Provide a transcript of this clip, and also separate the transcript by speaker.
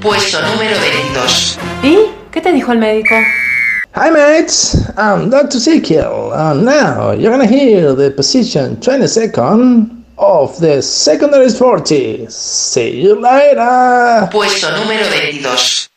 Speaker 1: Puesto número 22.
Speaker 2: ¿Y? ¿Qué te dijo el médico?
Speaker 3: Hi mates, I'm Dr. Ezekiel, and now you're gonna hear the position 22nd of the secondary 40. See you later!
Speaker 1: Puesto número 22.